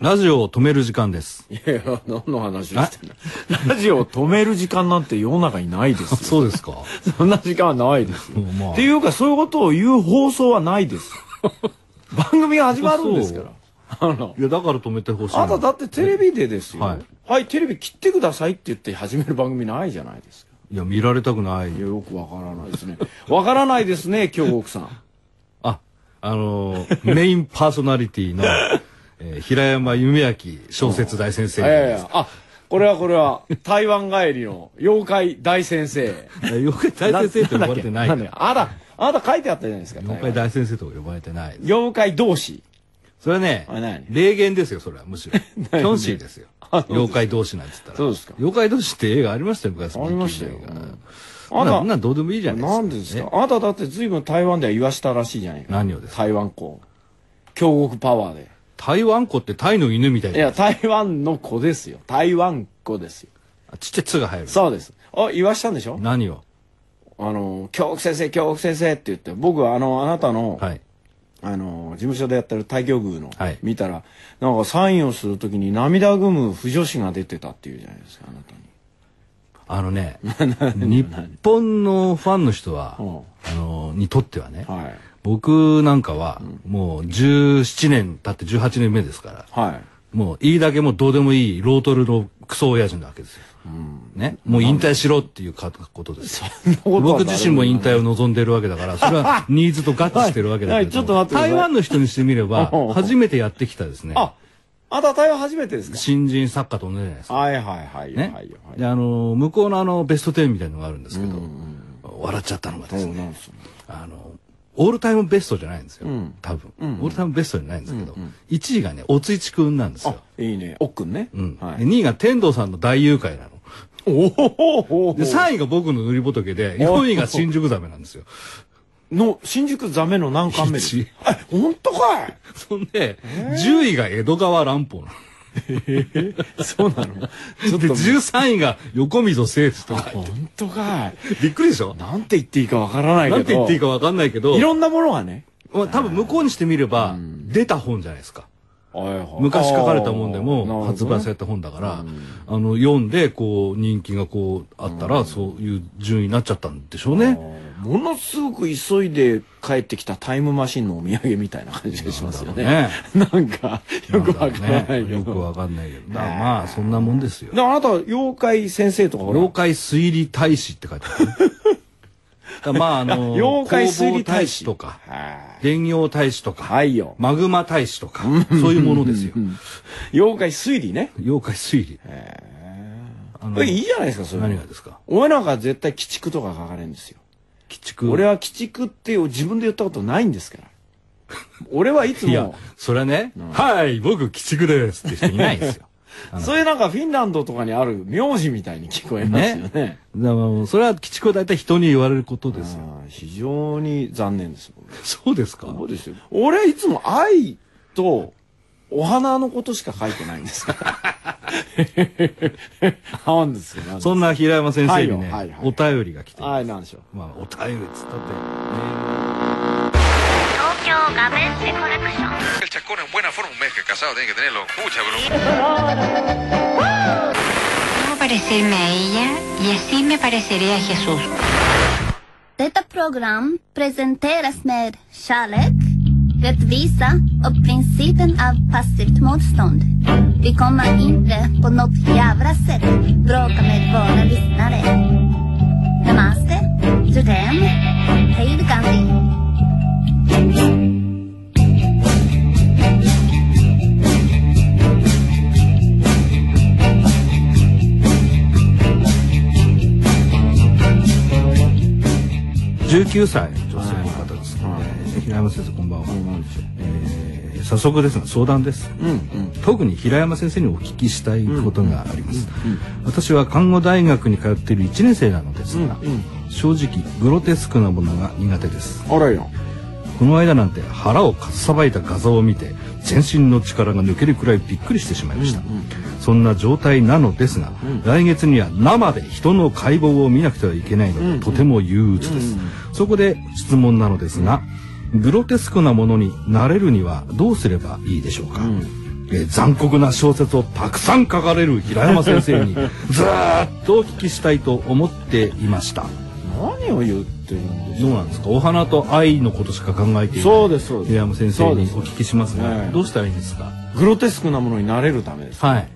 ラジオを止める時間です。いやいや、何の話をしてんの ラジオを止める時間なんて世の中にないですよ。そうですか。 そんな時間はないですよ。まあっていうか、そういうことを言う放送はない です。番組が始まるんですから。あの、 いや、だから止めてほしいの。あなただってテレビでですよ。ははいい、テレビ切ってくださいって言って始める番組ないじゃないですか。いや、見られたくないい。や、よくわからないですね。わからないですね、京極さん。あ、あのー、メイン パーソナリティの、えー平山夢明小説大先生いじゃないやいですか。や、あ、これはこれは、台湾帰りの妖怪大先生。いや妖怪大先生と呼ばれてないかんだらっけんだっけあら、あなた書いてあったじゃないですか。妖怪大先生と呼ばれてない。妖怪同士。それはねあ何、霊言ですよ、それは。む しろ。キョンシーですよ。妖怪同士なんつったら。そうですか妖怪同士って映画ありましたよ、昔。ありましたよ人気の映画あななんなんどうでもいいじゃないですか。なんでですかねあなただって随分台湾では言わしたらしいじゃないか。何をですか台湾子。京極パワーで。台湾子ってタイの犬みたいいな。や、台湾の子ですよ。台湾子ですよ。あちっちゃい「つ」が入る。そうです。あ、言わしたんでしょ何をあの、京極先生、京極先生って言って、僕はあの、あなたの、はい。あの、事務所でやってる大魚宮の、はい見たら、なんかサインをするときに涙ぐむ不女子が出てたっていうじゃないですか、あなたに。あのね、日本のファンの人は、うんあの、にとってはね、はい。僕なんかは、もう17年経って18年目ですから、はい。もういいだけもうどうでもいいロートルのクソ親父なわけですよ。ね。もう引退しろっていうかことですよ。ことは誰も僕自身も引退を望んでるわけだから、それはニーズと合致してるわけだけれども、はいはいちょっと待ってください台湾の人にしてみればうん、初めてやってきたですね、あ、あなた台湾初めてですか新人作家と同じじゃないですか。はいはいはい。ね、はいはいであの向こうのあのベスト10みたいなのがあるんですけど、笑っちゃったのがですそうねなんですよあのオールタイムベストじゃないんですよ、多分、オールタイムベストじゃないんですけど、1位がねおついちくんなんですよ、あ、いいね。おっくんね。うんはでい。 2位が天童さんの大誘拐なのおおで3位が僕の塗り仏で4位が新宿ザメなんですよの、新宿ザメの何巻目です一え、ほんとかい そん で10位が江戸川乱歩なのそうなのちょっで と、 13位が横溝誠司とかほんとかいびっくりでしょなんて言っていいかわからないけど。 なんて言っていいかわかんないけどいろんなものがね。まあ、多分向こうにしてみれば出た本じゃないですか昔書かれたもんでも発売された本だから、あの読んでこう人気がこうあったらそういう順位になっちゃったんでしょうね。ものすごく急いで帰ってきたタイムマシンのお土産みたいな感じがしますよね。なんか、よくわからないけよくど。わかんないけど。だからまあそんなもんですよで、。あなた、妖怪先生とかほら妖怪推理大使って書いてあるね。だからまああの 妖怪推理工房大大使使とか、はい電業大使とか、はいよマグマ大使とか、そういうものですよ。妖怪推理ね。妖怪推理。あのえ、いいじゃないですか、それ。何がですか。俺なんか絶対鬼畜とか書かれるんですよ。鬼畜。俺は鬼畜って自分で言ったことないんですから。俺はいついやも、、それはね、はい、僕、鬼畜ですって人いない ですよ。そういうなんかフィンランドとかにある名字みたいに聞こえますよね。だからもうそれは鬼畜は大体人に言われることですよ。あー非常に残念です。僕そうですかそうですよ。俺はいつも愛とお花のことしか書いてないんです から。なんですよ。なんですよそんな平山先生にね、はいよはいはいお便りが来て、はい、なんでしょう。まあ、お便りっつったって、東京ガベンセコレクション El chacón en buena forma, un mes que casado tiene que tenerlo. Mucha broma. Debo parecerme a ella y así me pareceré a Jesús. Detta program presenteras med kärlek, rättvisa och principen av passivt motstånd. Vi kommer inte på något jävla sätt bråka med våra lyssnare. Namaste, Judem, Hej då, Gandhi. 19歳の女性の方ですので、平山先生こんばんは、えー早速ですが相談です、特に平山先生にお聞きしたいことがあります、私は看護大学に通っている1年生なのですが、正直グロテスクなものが苦手ですあらよ。この間なんて腹をかっさばいた画像を見て全身の力が抜けるくらいびっくりしてしまいました、そんな状態なのですが、来月には生で人の解剖を見なくてはいけないので、とても憂鬱です、そこで質問なのですがグロテスクなものに慣れるにはどうすればいいでしょうか、えー残酷な小説をたくさん書かれる平山先生 にずーっとお聞きしたいと思っていました何を言ってるんでしどうなんですかお花と愛のことしか考えていないそうですそうです平山先そ生うでにすお聞きしますがええどうしたらいいんですかょうグロテスクなものになれるためですはい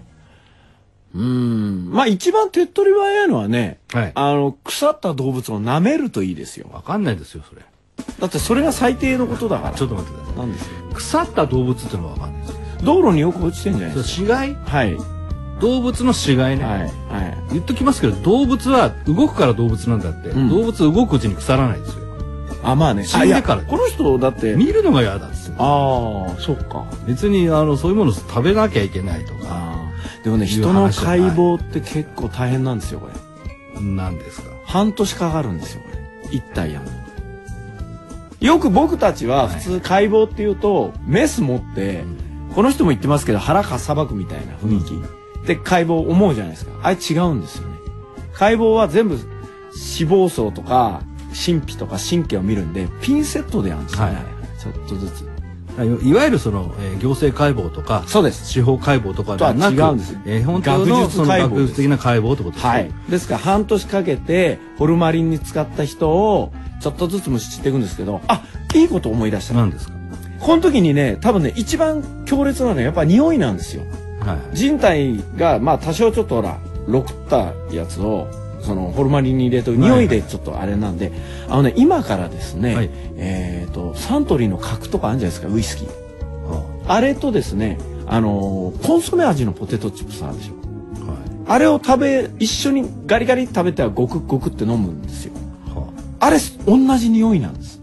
うんまあ一番手っ取り早いのはね、はいあの腐った動物を舐めるといいですよわかんないですよそれだってそれが最低のことだからちょっと待ってくださなんですよい腐った動物っていうのはわかんないです道路によく落ちてんじゃないそでれす死骸かはいは動物の死骸いね、は言っときますけど動物は動くから動物なんだって、ん動物動くうちに腐らないですよいあまあね死んであいやからこの人だって見るのが嫌だっつってああそっか別にあのそういうものを食べなきゃいけないとかあーでもねいう話人の解剖って結構大変なんですよこれなんですか半年かかるんですよこれ一体やるのよく僕たちは普通解剖っていうと、メス持って、この人も言ってますけど腹かさばくみたいな雰囲気、で解剖思うじゃないですかあれ違うんですよね解剖は全部脂肪層とか神秘とか神経を見るんでピンセットでやるんですよね、はいちょっとずついいわゆるその、えー行政解剖とかそうです司法解剖とかではなくとは違うんですえー本当の学術その解剖学術的な解剖ってことですねはい、ですから半年かけてホルマリンに使った人をちょっとずつ虫散っていくんですけどあいいこと思い出した何ですかこの時にね多分ね一番強烈なのはやっぱ匂いなんですよはい人体がまあ多少ちょっとほらろくったやつをそのホルマリンに入れるとはい匂いでちょっとあれなんで、あのね今からですね、はいえっ、とサントリーの角とかあるじゃないですかウイスキーはあれとですねあのーコンソメ味のポテトチップスあるでしょあはいあれを食べ一緒にガリガリ食べたらゴクゴクって飲むんですよはあれす同じ匂いなんです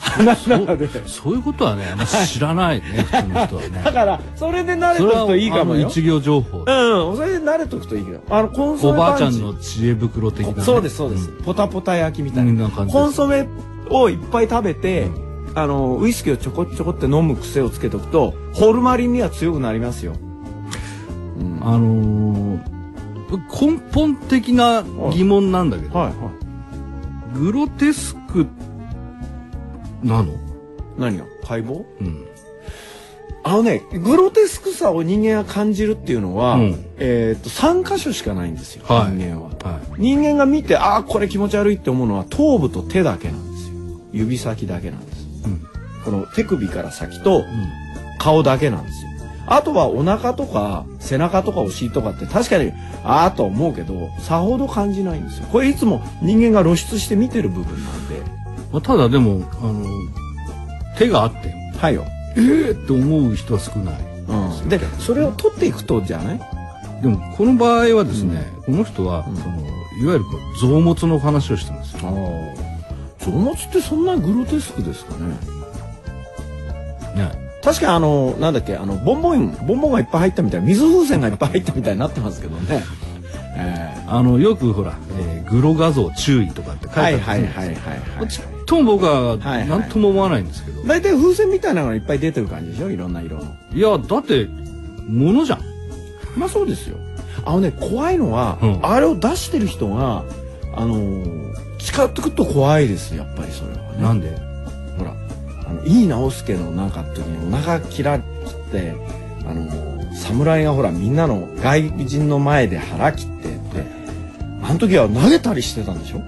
鼻の中であそういうことは ねあんま知らないね、普通の人はねだから それで慣れそとれくはといいかもあのよ一行情報うん、それで慣れとくといいけど、あのコンソおメばあちパゃンチんの知恵袋的なね、そうですそうです、ポタポタ焼きみたいな,、うんなんかコンソメをいっぱい食べて、あのウイスキーをちょこちょこって飲む癖をつけとくとホルマリンには強くなりますよあのー根本的な疑問なんだけど、はいはいグロテスクなの、何が解剖うん、あのねグロテスクさを人間が感じるっていうのは、うんえー、と3箇所しかないんですよ、はい人間は、はい人間が見てああこれ気持ち悪いって思うのは頭部と手だけなんですよ指先だけなんです、うんこの手首から先と顔だけなんですよあとはお腹とか背中とかお尻とかって確かにああとは思うけどさほど感じないんですよこれいつも人間が露出して見てる部分なんでまあ、ただでも、あの手があってはいよ、ええって思う人は少ないうん、でそれを取っていくとじゃないでもこの場合はですね、この人は、そのいわゆるこう臓物の話をしてますよああ臓物ってそんなグロテスクですかねね確かあのなんだっけあのボンボンボンボンがいっぱい入ったみたいな水風船がいっぱい入ったみたいになってますけどね、えあのよくほら、えーグロ画像注意」とかって書いーてあはるいんですはいはいはいはちっいとも僕ははいはい何とも思わないんですけど、大体風船みたいなのがいっぱい出てる感じでしょいろんな色のい、やだってものじゃんまあそうですよあのね怖いのは、うんあれを出してる人があのー近づくと怖いですやっぱりそれはねなんでほらあのいい直すけのなんかの時にお腹切ら切ってあの侍がほらみんなの外人の前で腹切ってってあの時は投げたりしてたんでしょ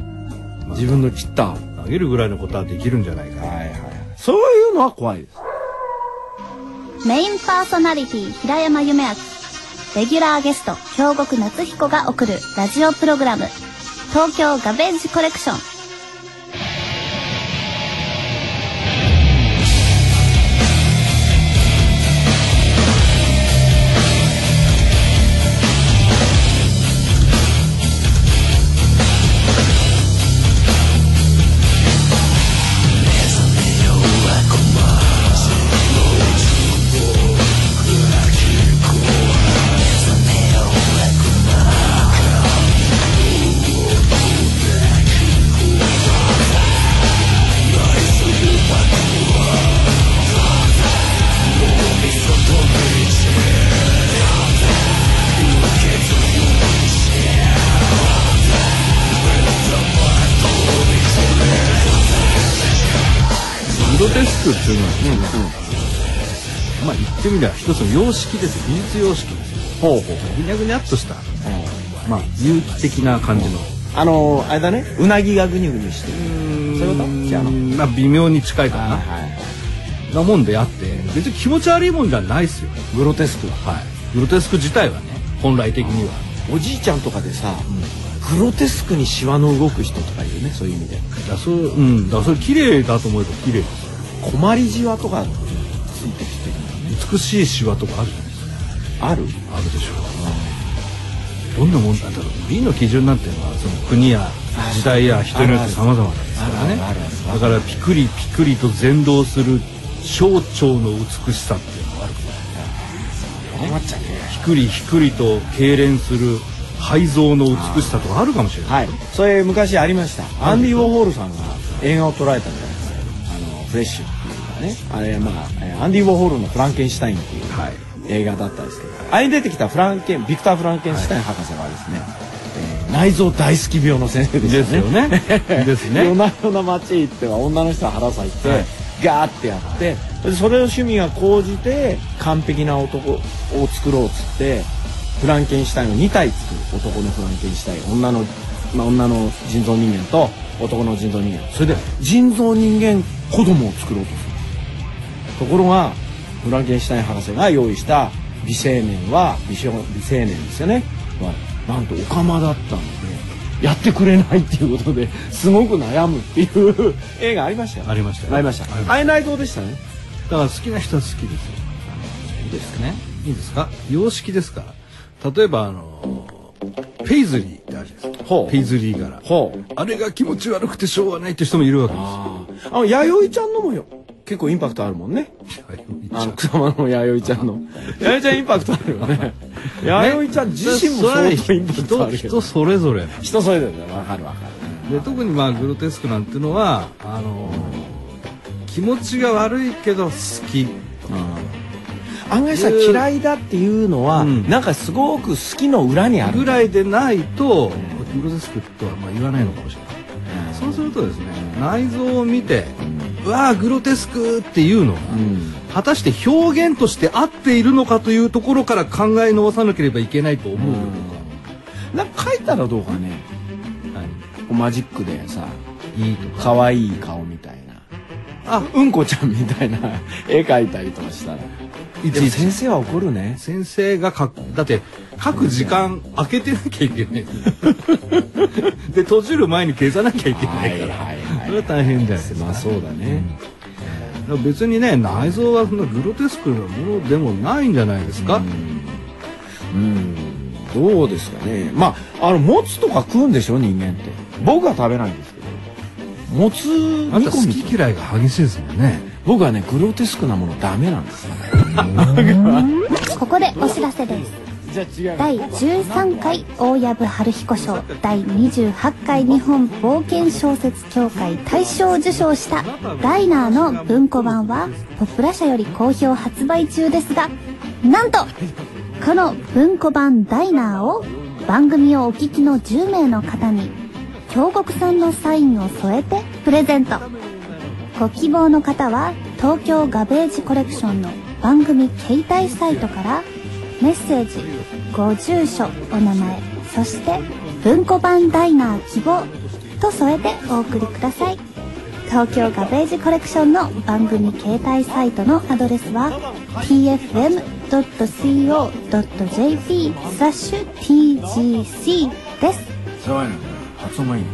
自分の切ったはい投げるぐらいのことはできるんじゃないかなはいそういうのは怖いですメインパーソナリティ平山夢明レギュラーゲスト京極夏彦が送るラジオプログラム東京ガベージコレクショングロテスクっていうのは、まあ一ってみれば一つの様式です技術様式ですほうほうぐにゃぐにゃっとした、まあ有機的な感じの、あのー、あれだねうなぎがぐにゅぐにゅしてるそういうことじゃあのまあ微妙に近いかな、はいなもんであって別に気持ち悪いもんじゃないですよグロテスクだはいグロテスク自体はね本来的にはおじいちゃんとかでさ、グロテスクにシワの動く人とかいるねそういう意味でだそううんだからそれ綺麗だと思えば綺麗ですよ困りじわとかついてきてる美しいシワとかあるじゃないですかあるあるでしょうどんなもんなんだろう美の基準なんていうのはその国や時代や人によって様々なんですからねあるあるあだからピクリピクリと全動する象徴の美しさっていうのがあるひくりひくりと痙攣する肺臓の美しさとかあるかもしれないはいそれ昔ありましたアンディ・ウォーホールさんが映画を捉えたんじゃないですかあのフレッシュっていうかねあれまあえーアンディ・ウォーホールの「フランケンシュタイン」っていうはい映画だったんですけど、あれに出てきたフランケンビクター・フランケンシュタイン博士はですね、えー内臓大好き病の先生ででしすたねよねです 夜ねな夜な街行っては女の人は腹咲いて、ガーってやってでそれを趣味が高じて完璧な男を作ろうっつってフランケンシュタインを2体作る男のフランケンシュタイン女の、まあ、女の人造人間と男の人造人間それで人造人間子供を作ろうとするところがフランケンシュタイン博士が用意した美青年は美少美青年ですよねはなんとオカマだったのでやってくれないっていうことですごく悩むっていう映画ありましたよありましたよありましたありましたあれ内臓でしたねだから好きな人は好きですよいいですかねいいですか様式ですから例えばあのペイズリーってあるじゃないですかほうペイズリー柄ほうあれが気持ち悪くてしょうがないって人もいるわけでああの弥生ちゃんのもよ結構インパクトあるもんねあすのよ草間の弥生ちゃ んの弥生ちゃんインパクトあるよね弥生ちゃん自身も相当インパクトあ人るけ人どそれぞれ人それぞれだよわかるわかるで特にまあグロテスクなんてのはあの気持ちが悪いけど好き案外さいう嫌いだっていうのは、うんなんかすごく好きの裏にあるぐらいでないとグロテスクとはまあ言わないのかもしれないそうするとですね内臓を見て「うわあグロテスク」っていうのが、果たして表現として合っているのかというところから考え直さなければいけないと思うよなんか書いたらどうかねとか、はマジックでさい、いいとか可愛い顔みたいなあうんこちゃんみたいな 絵描いたりとかしたらいでちもいち先生は怒るね先生が書くだって書く時間空けてなきゃいけ ないで閉じる前に消さなきゃいけないから、はいはいはいそれは大変じゃないですか まあそうだね、だから別にね内臓はそんなグロテスクなものでもないんじゃないですか、どうですかねまああのもつとか食うんでしょ人間って僕は食べないんですけどもつあんた煮込好みき嫌いが激しいですもんね僕はねグロテスクなものダメなんですよここでお知らせです第13回大藪春彦賞第28回日本冒険小説協会大賞を受賞した「ダイナー」の文庫版はポプラ社より好評発売中ですがなんとこの文庫版「ダイナー」を番組をお聞きの10名の方に京極さんのサインを添えてプレゼントご希望の方は東京ガベージコレクションの番組携帯サイトからメッセージご住所お名前そして文庫版ダイナー希望と添えてお送りください東京ガベージコレクションの番組携帯サイトのアドレスは tfm.co.jp スラッシュ tgc です発音がいい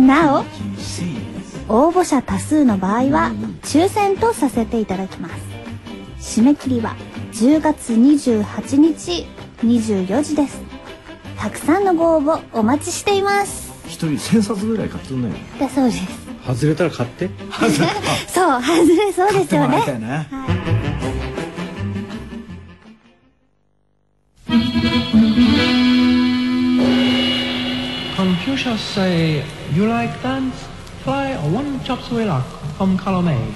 なお応募者多数の場合は抽選とさせていただきます締め切りは10月28日24時ですたくさんのご応募お待ちしています一人千冊ぐらい買ってんだよだそうです外れたら買ってそう外れそうですよねいね Confucius say, you like dance? Fly a one chop suey luck from colonnade.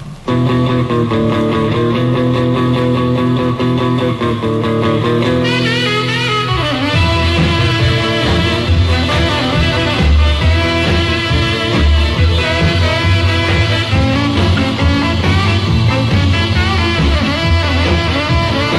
「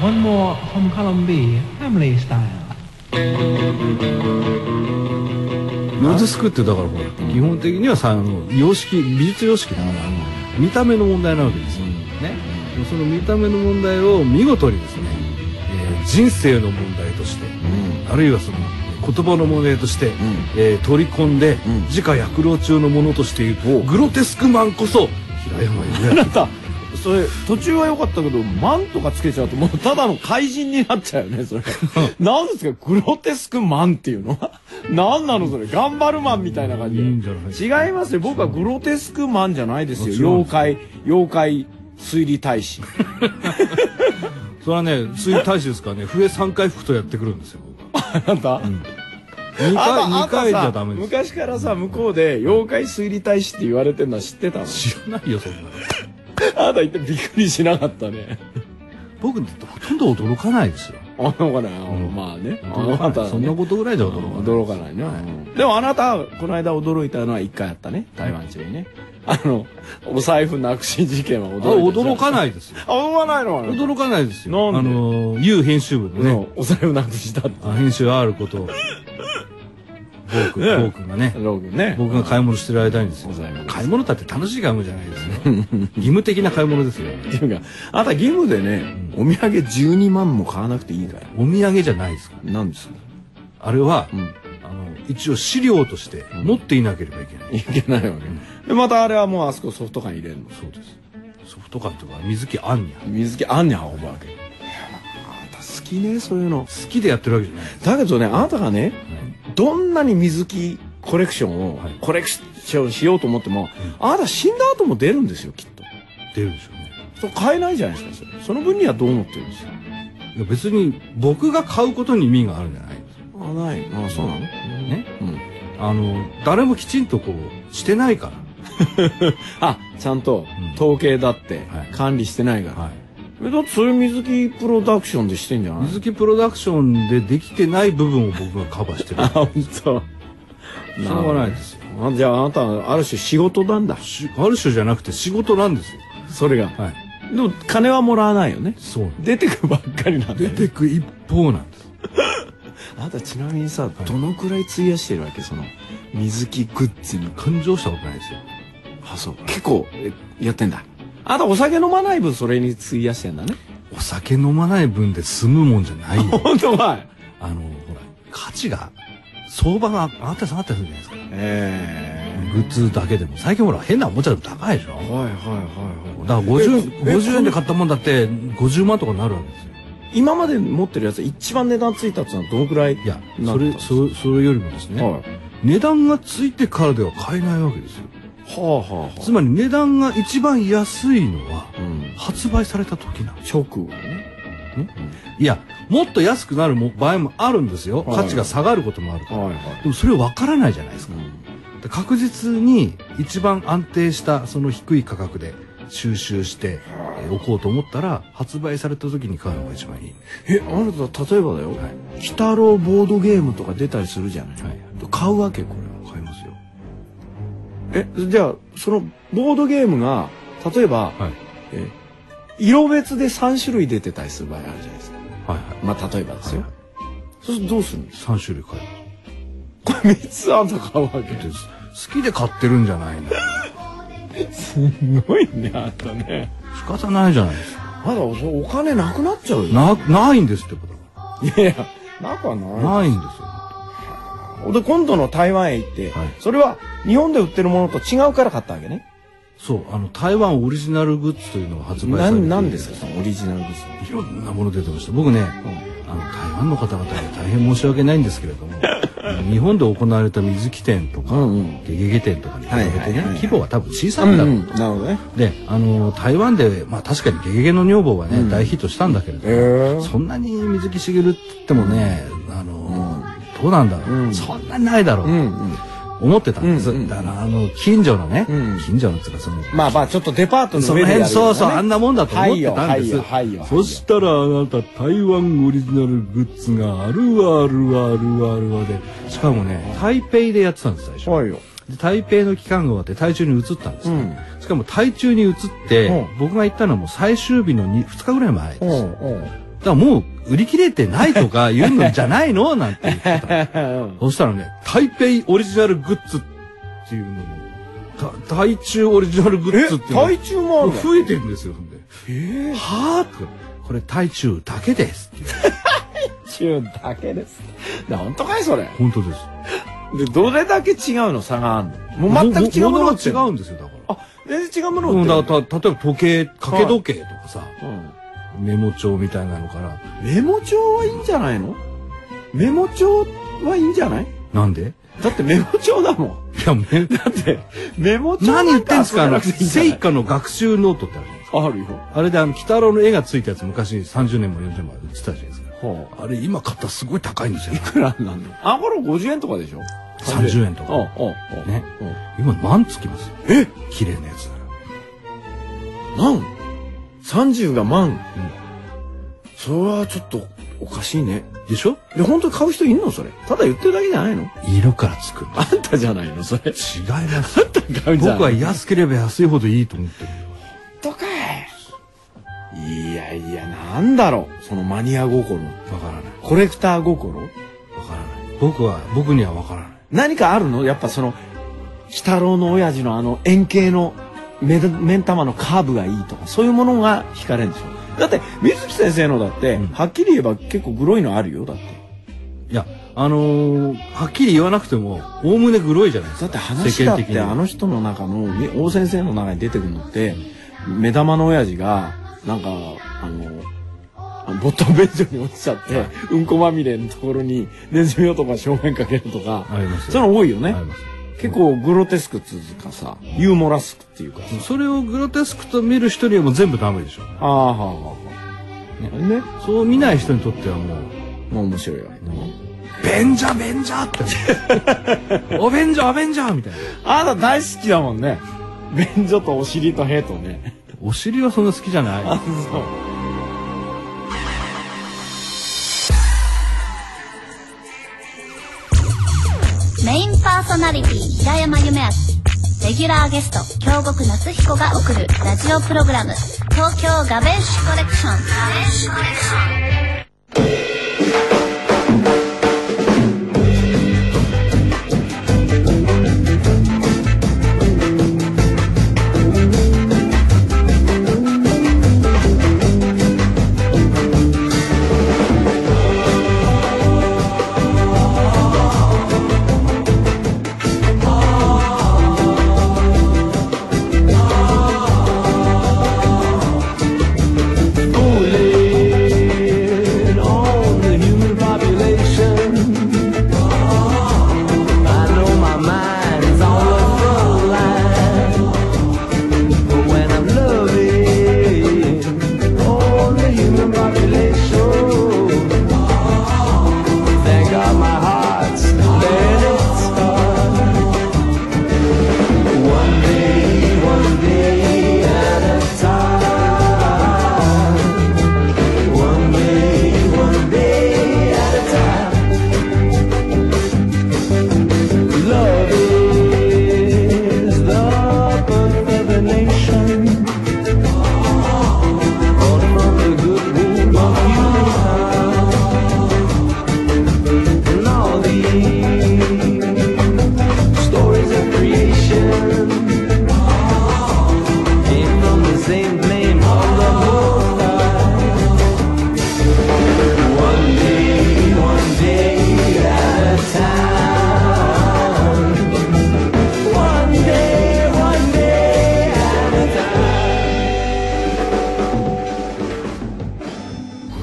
column B, family style. ノーズスクってだからこれ基本的にはさあの様式美術様式だから見た目の問題なわけですよ、ね、その見た目の問題を見事にですね、えー人生の問題として、あるいはその言葉の問題として、えー取り込んで、自家薬老中のものとしていうグロテスクマンこそ平山由あなたそれ途中は良かったけど「マン」とかつけちゃうともうただの怪人になっちゃうよ ねそれなんですかグロテスクマンっていうのは何なのそれ頑張るマンみたいな感じいいんじゃない違いますよ僕はグロテスクマンじゃないですよもちろん妖怪妖怪推理大 使それはねつい大使ですからね笛3回吹くとやってくるんですよ僕はあなた、 2あ回な二たあ回なじたゃさダメです昔からさ向こうで妖怪推理大使って言われてるのは知ってたの知らないよそんなのあなた言ってびっくりしなかったね僕だってほとんど驚かないですよ あのかな、んまあねあ驚かなないたはねそんなことぐらいじゃ驚かない驚かないな、でもあなたこの間驚いたのは一回あったね台湾中にねあのお財布なくし事件は驚いあ驚かないいですよあ驚かないのあなた驚かないですよ。なあんでの、U 編集部ののね、お財布なくしたってあ編集 R こと、ボー君、ねボー君がね、ロー君ね僕が買い物してる間にですよお財布。買い物だって楽しい買い物じゃないですよ。義務的な買い物ですよ。っていうかあなた義務でね、お土産12万も買わなくていいからお土産じゃないですから。なんですあれはん、あの、一応資料として持っていなければいけない。いけないわけ、でまたあれはもうあそこソフト缶入れるのそうです。ソフト缶とか水木あんにゃん。水着あんにゃん運ぶわけあなた好きねそういうの好きでやってるわけじゃない。だけどねあなたがね、どんなに水着コレクションをはいコレクションしようと思っても、あなた死んだ後も出るんですよきっと出るでしょうね。そう買えないじゃないですかそれその分にはどう思ってるんですよいや別に僕が買うことに意味があるんじゃないんですよあないあそうなのね。うんあの、誰もきちんとこう、してないから。あちゃんとうん統計だってはい管理してないから、えだってそういう水着プロダクションでしてんじゃない水木プロダクションでできてない部分を僕がカバーしてるあ。本当。しょうがないですよ。あじゃああなたはある種仕事なんだしある種じゃなくて仕事なんですよ。それが、はい。でも金はもらわないよねそうなんです。出てくばっかりなんだ出よてく一方なんです。あなたちなみにさ、どのくらい費やしてるわけその水着グッズに感情したことないですよ。あそう結構えやってんだあなたお酒飲まない分それに費やしてんだねお酒飲まない分で済むもんじゃないよ。本当はあの、ほら、価値が、相場が上がったり下がったりするじゃないですか。えグッズだけでも。最近ほら、変なおもちゃでも高いでしょ。えはいはいはいだはから50、50円で買ったもんだって、50万とかになるわけですよ。い今まで持ってるやつ一番値段ついたやつはどのくらいいや、なそんれ、だそそれよりもですね、はい値段がついてからでは買えないわけですよ。はあはあはつまり値段が一番安いのはあ、うん発売された時なんです。直後ねいや、もっと安くなるも場合もあるんですよ。はい価値が下がることもあるから。はいはいでもそれ分からないじゃないですか。うんで確実に一番安定したその低い価格で収集して、えーおこうと思ったら、発売された時に買うのが一番いい。えあなた例えばだよは「鬼太郎ボードゲーム」とか出たりするじゃない、はい買うわけこれい。買いますよ。えじゃあそのボードゲームが例えばはい。え色別で3種類出てたりする場合あるじゃないですかはいはい。まあ例えばですよ、はいそうするとどうする んです3種類買います。か3つあんた買うわけです好きで買ってるんじゃないんだすごいねあんたね仕方ないじゃないですかまだおお金なくなっちゃうよなないんですってことだいやいやなくはなないんですいで今度の台湾へ行って、はいそれは日本で売ってるものと違うから買ったわけねよそうあの台湾オリジナルグッズというのが発売さなれてなんですかそのオリジナルグッズいろんなもの出てました僕ね、あの台湾の方々に大変申し訳ないんですけれ ども日本で行われた水着店とか、うんうんゲゲゲ店とかに比べてね、はいはいはい規模は多分小さいんだろう、なるほどねであの台湾で、まあ、確かに「ゲゲゲの女房」はね、大ヒットしたんだけれども、そんなに水木しげるって言ってもねあの、どうなんだろう、そんなにないだろう、思ってたんです、だからあの近所のね、近所のっていうかそのまあまあちょっとデパートのそ上のでやるよ辺ねそうそうあんなもんだと思ってたんです、はいよはいよはいよそしたらあなた台湾オリジナルグッズがあるわあるわあるわあるわでしかもね台北でやってたんです最初、はいよで台北の期間が終わって台中に移ったんですよ、しかも台中に移って、僕が行ったのはもう最終日の 2, 日ぐらい前ですよ、うんからもう売り切れてないとか言うんじゃないのなんて言ってた。 そしたらね、台北オリジナルグッズっていうのも、た台中オリジナルグッズっていうのも体中もあるの増えてるんですよ、そんで。はあとかこれ台中だけですっていう。中だけです。な本当かいそれ。本当です。で、どれだけ違うの差があるのもう全く違うものがが違違う。うんですよ、だから。あ、全然違うものうん、が売だってからた例えば時計、掛け時計とかさ、るうんメモ帳みたいなのから、メモ帳はいいんじゃないのメモ帳はいいんじゃないなんでだってメモ帳だもん。いや、め、だって、メモ帳何な言っんてかんすかあ遊の、ばなくていいんじゃな聖い火の学習ノートってあるじゃないですか。あるよ。あれであの、鬼太郎の絵がついたやつ昔30年も40年も売ってたじゃないですか。はあれ今買ったらすごい高いんですよ。あ、いくらなんのあ、これ50円とかでしょ30円とおうか。おうおうねおう今万つきますよ。え綺麗なやつなら。万 ?30 が万、んそれはちょっとおかしいね。でしょで、本当に買う人いんのそれ。ただ言ってるだけじゃないの色からつくんだ。あんたじゃないのそれ。違いますよ。買うんじゃない僕は安ければ安いほどいいと思ってる。とかい。いやいや、なんだろう。そのマニア心。わからない。コレクター心。わからない。僕は、僕にはわからない。何かあるのやっぱその、鬼太郎の親父のあの円形の目だ目ん玉のカーブがいいとか、そういうものが惹かれるんでしょだって、水木先生のだって、はっきり言えば結構グロいのあるよ。だって。いや、あのーはっきり言わなくても、おおむねグロいじゃないですだか。って話だってあの人の中のみ王先生の中に出てくるのって目玉の親父がなんかあのあのボットンベンジョに落ちちゃってうんこまみれのところにネズミ男が正面かけるとかありますよそういうの多いよねあります結構グロテスクっつうかさユーモラスクっていうかさそれをグロテスクと見る人にはもう全部ダメでしょ。ああはあはあねねそう見ない人にとってはもう、まあ面白いわけだねベンジャベンジャって。おベンジャおベンジャみたいな。あなた大好きだもんね便所とお尻とヘとねお尻はそんな好きじゃない。メインパーソナリティ平山夢明レギュラーゲスト京極夏彦が送るラジオプログラム「東京ガベッシュコレクション」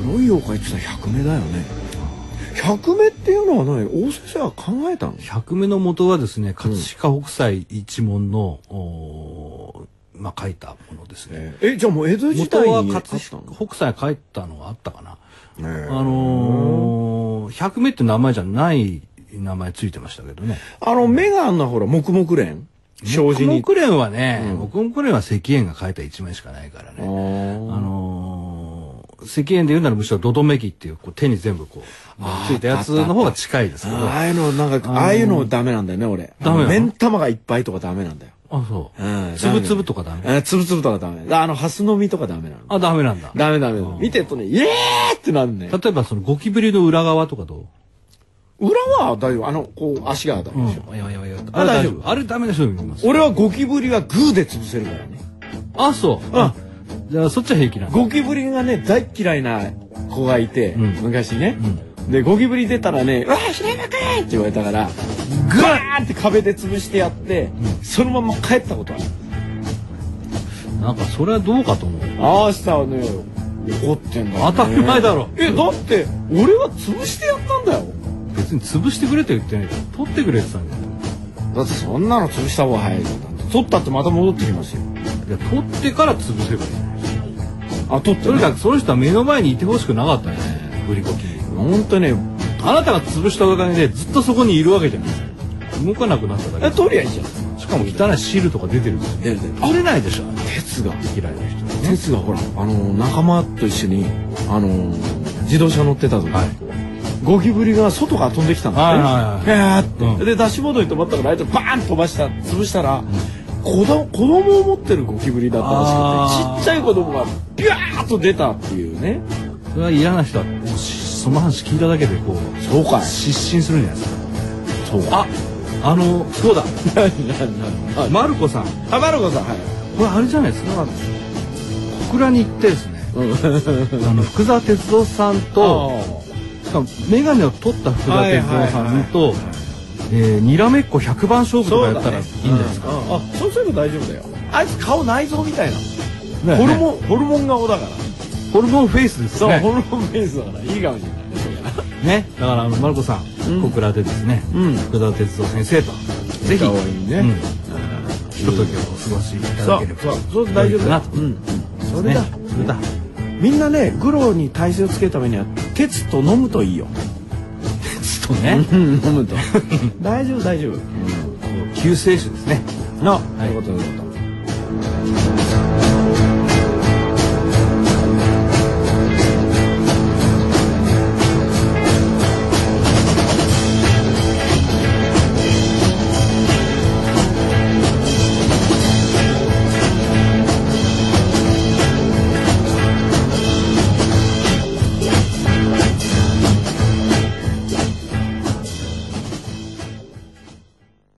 黒い妖怪って言ったら100目だよね100目っていうのは何王先生は考えたの百目の元はですね、葛飾北斎一門の、おーまあ書いたものですね。えじゃあもう江戸時元代はにあった葛の飾北斎が帰ったのはあったかな。あのー、百目って名前じゃない名前ついてましたけどね。あの目があんなほら黙々連障子に木蓮はね、木蓮は石燕が書いた一枚しかないからね。ーあのー、石燕で言うならむしろドドメキっていうこう手に全部こうついたやつの方が近いですけどああいうのなんかああいうのダメなんだよね俺ダメなの目ん玉がいっぱいとかダメなんだよあ、そうう。んつぶつぶとかダメ。え、つぶつぶとかダメ。あの、ハスの実とかダメなの。あ、ダメなんだ。ダメダメ。見てるとね、イエーってなんね。例えばそのゴキブリの裏側とかど裏は大丈夫。あの、こう、足が大丈う、夫でしょ。いやいやいやああれ大丈大丈夫あれダメな人もいます俺はゴキブリはグーで潰せるからね。あそうあじゃあそっちは平気なんだゴキブリがね、大嫌いな子がいて、ん昔ね。で、ゴキブリ出たらね、うわー、ひらかいって言われたから、グワーンって壁で潰してやって、そのまま帰ったことある。なんかそれはどうかと思うああしたはね、怒ってんだ、ね。当たり前だろえ、だって、俺は潰してやったんだよ。別に潰してくれと言ってないから取ってくれって言ったんだよだってそんなの潰した方が早いよ。取ったってまた戻ってきますよ。いや取ってから潰せばいいあ、取って、とにかく。くその人は目の前にいてほしくなかったよねブリゴキブリ本当ね、あなたが潰したおかげでずっとそこにいるわけじゃない動かなくなっただえ、け取りゃいいじゃん。しかも汚い汁とか出てるんですよ出る出る取れないでしょあれ鉄が。嫌いな人鉄がほら、あの、仲間と一緒に、あの、自動車乗ってた時、はいゴキブリが外から飛んできたんはいだはっいて。へーって、うんで、ダッシュボードに止まったから、ライトバーン飛ばした、潰したら、子供子供を持ってるゴキブリだったらしくあてーちっちゃい子供がビュワーッと出たっていうねそれは嫌な人はもうしその話聞いただけでこうそうかい失神するんじゃないですかそうああのそう だ何何何何マルコさんあマルコさんはいこれあれじゃないですか小倉に行ってですねあの福沢哲夫さんとしかも眼鏡を取った福沢哲夫さんとえーにらめっこ100番勝負とかやったらいいんじゃないですか、ああそうすれば大丈夫だよあいつ顔内臓みたいなねホルねモンホルモン顔だからホルモンフェイスですそう、ねホルモンベースだからいいかもしれないねねだからあのマルコさん、小倉でですね、うん福沢哲夫先生とぜひ、可愛いねうん、ひとときをお過ごしいただければそうそうそう大い丈夫だいかなと、うんそれだそれだみんなねグロに体勢をつけるためには鉄と飲むといいよちょっとね、うん飲むと大丈夫大丈夫救世主ですねな、ということで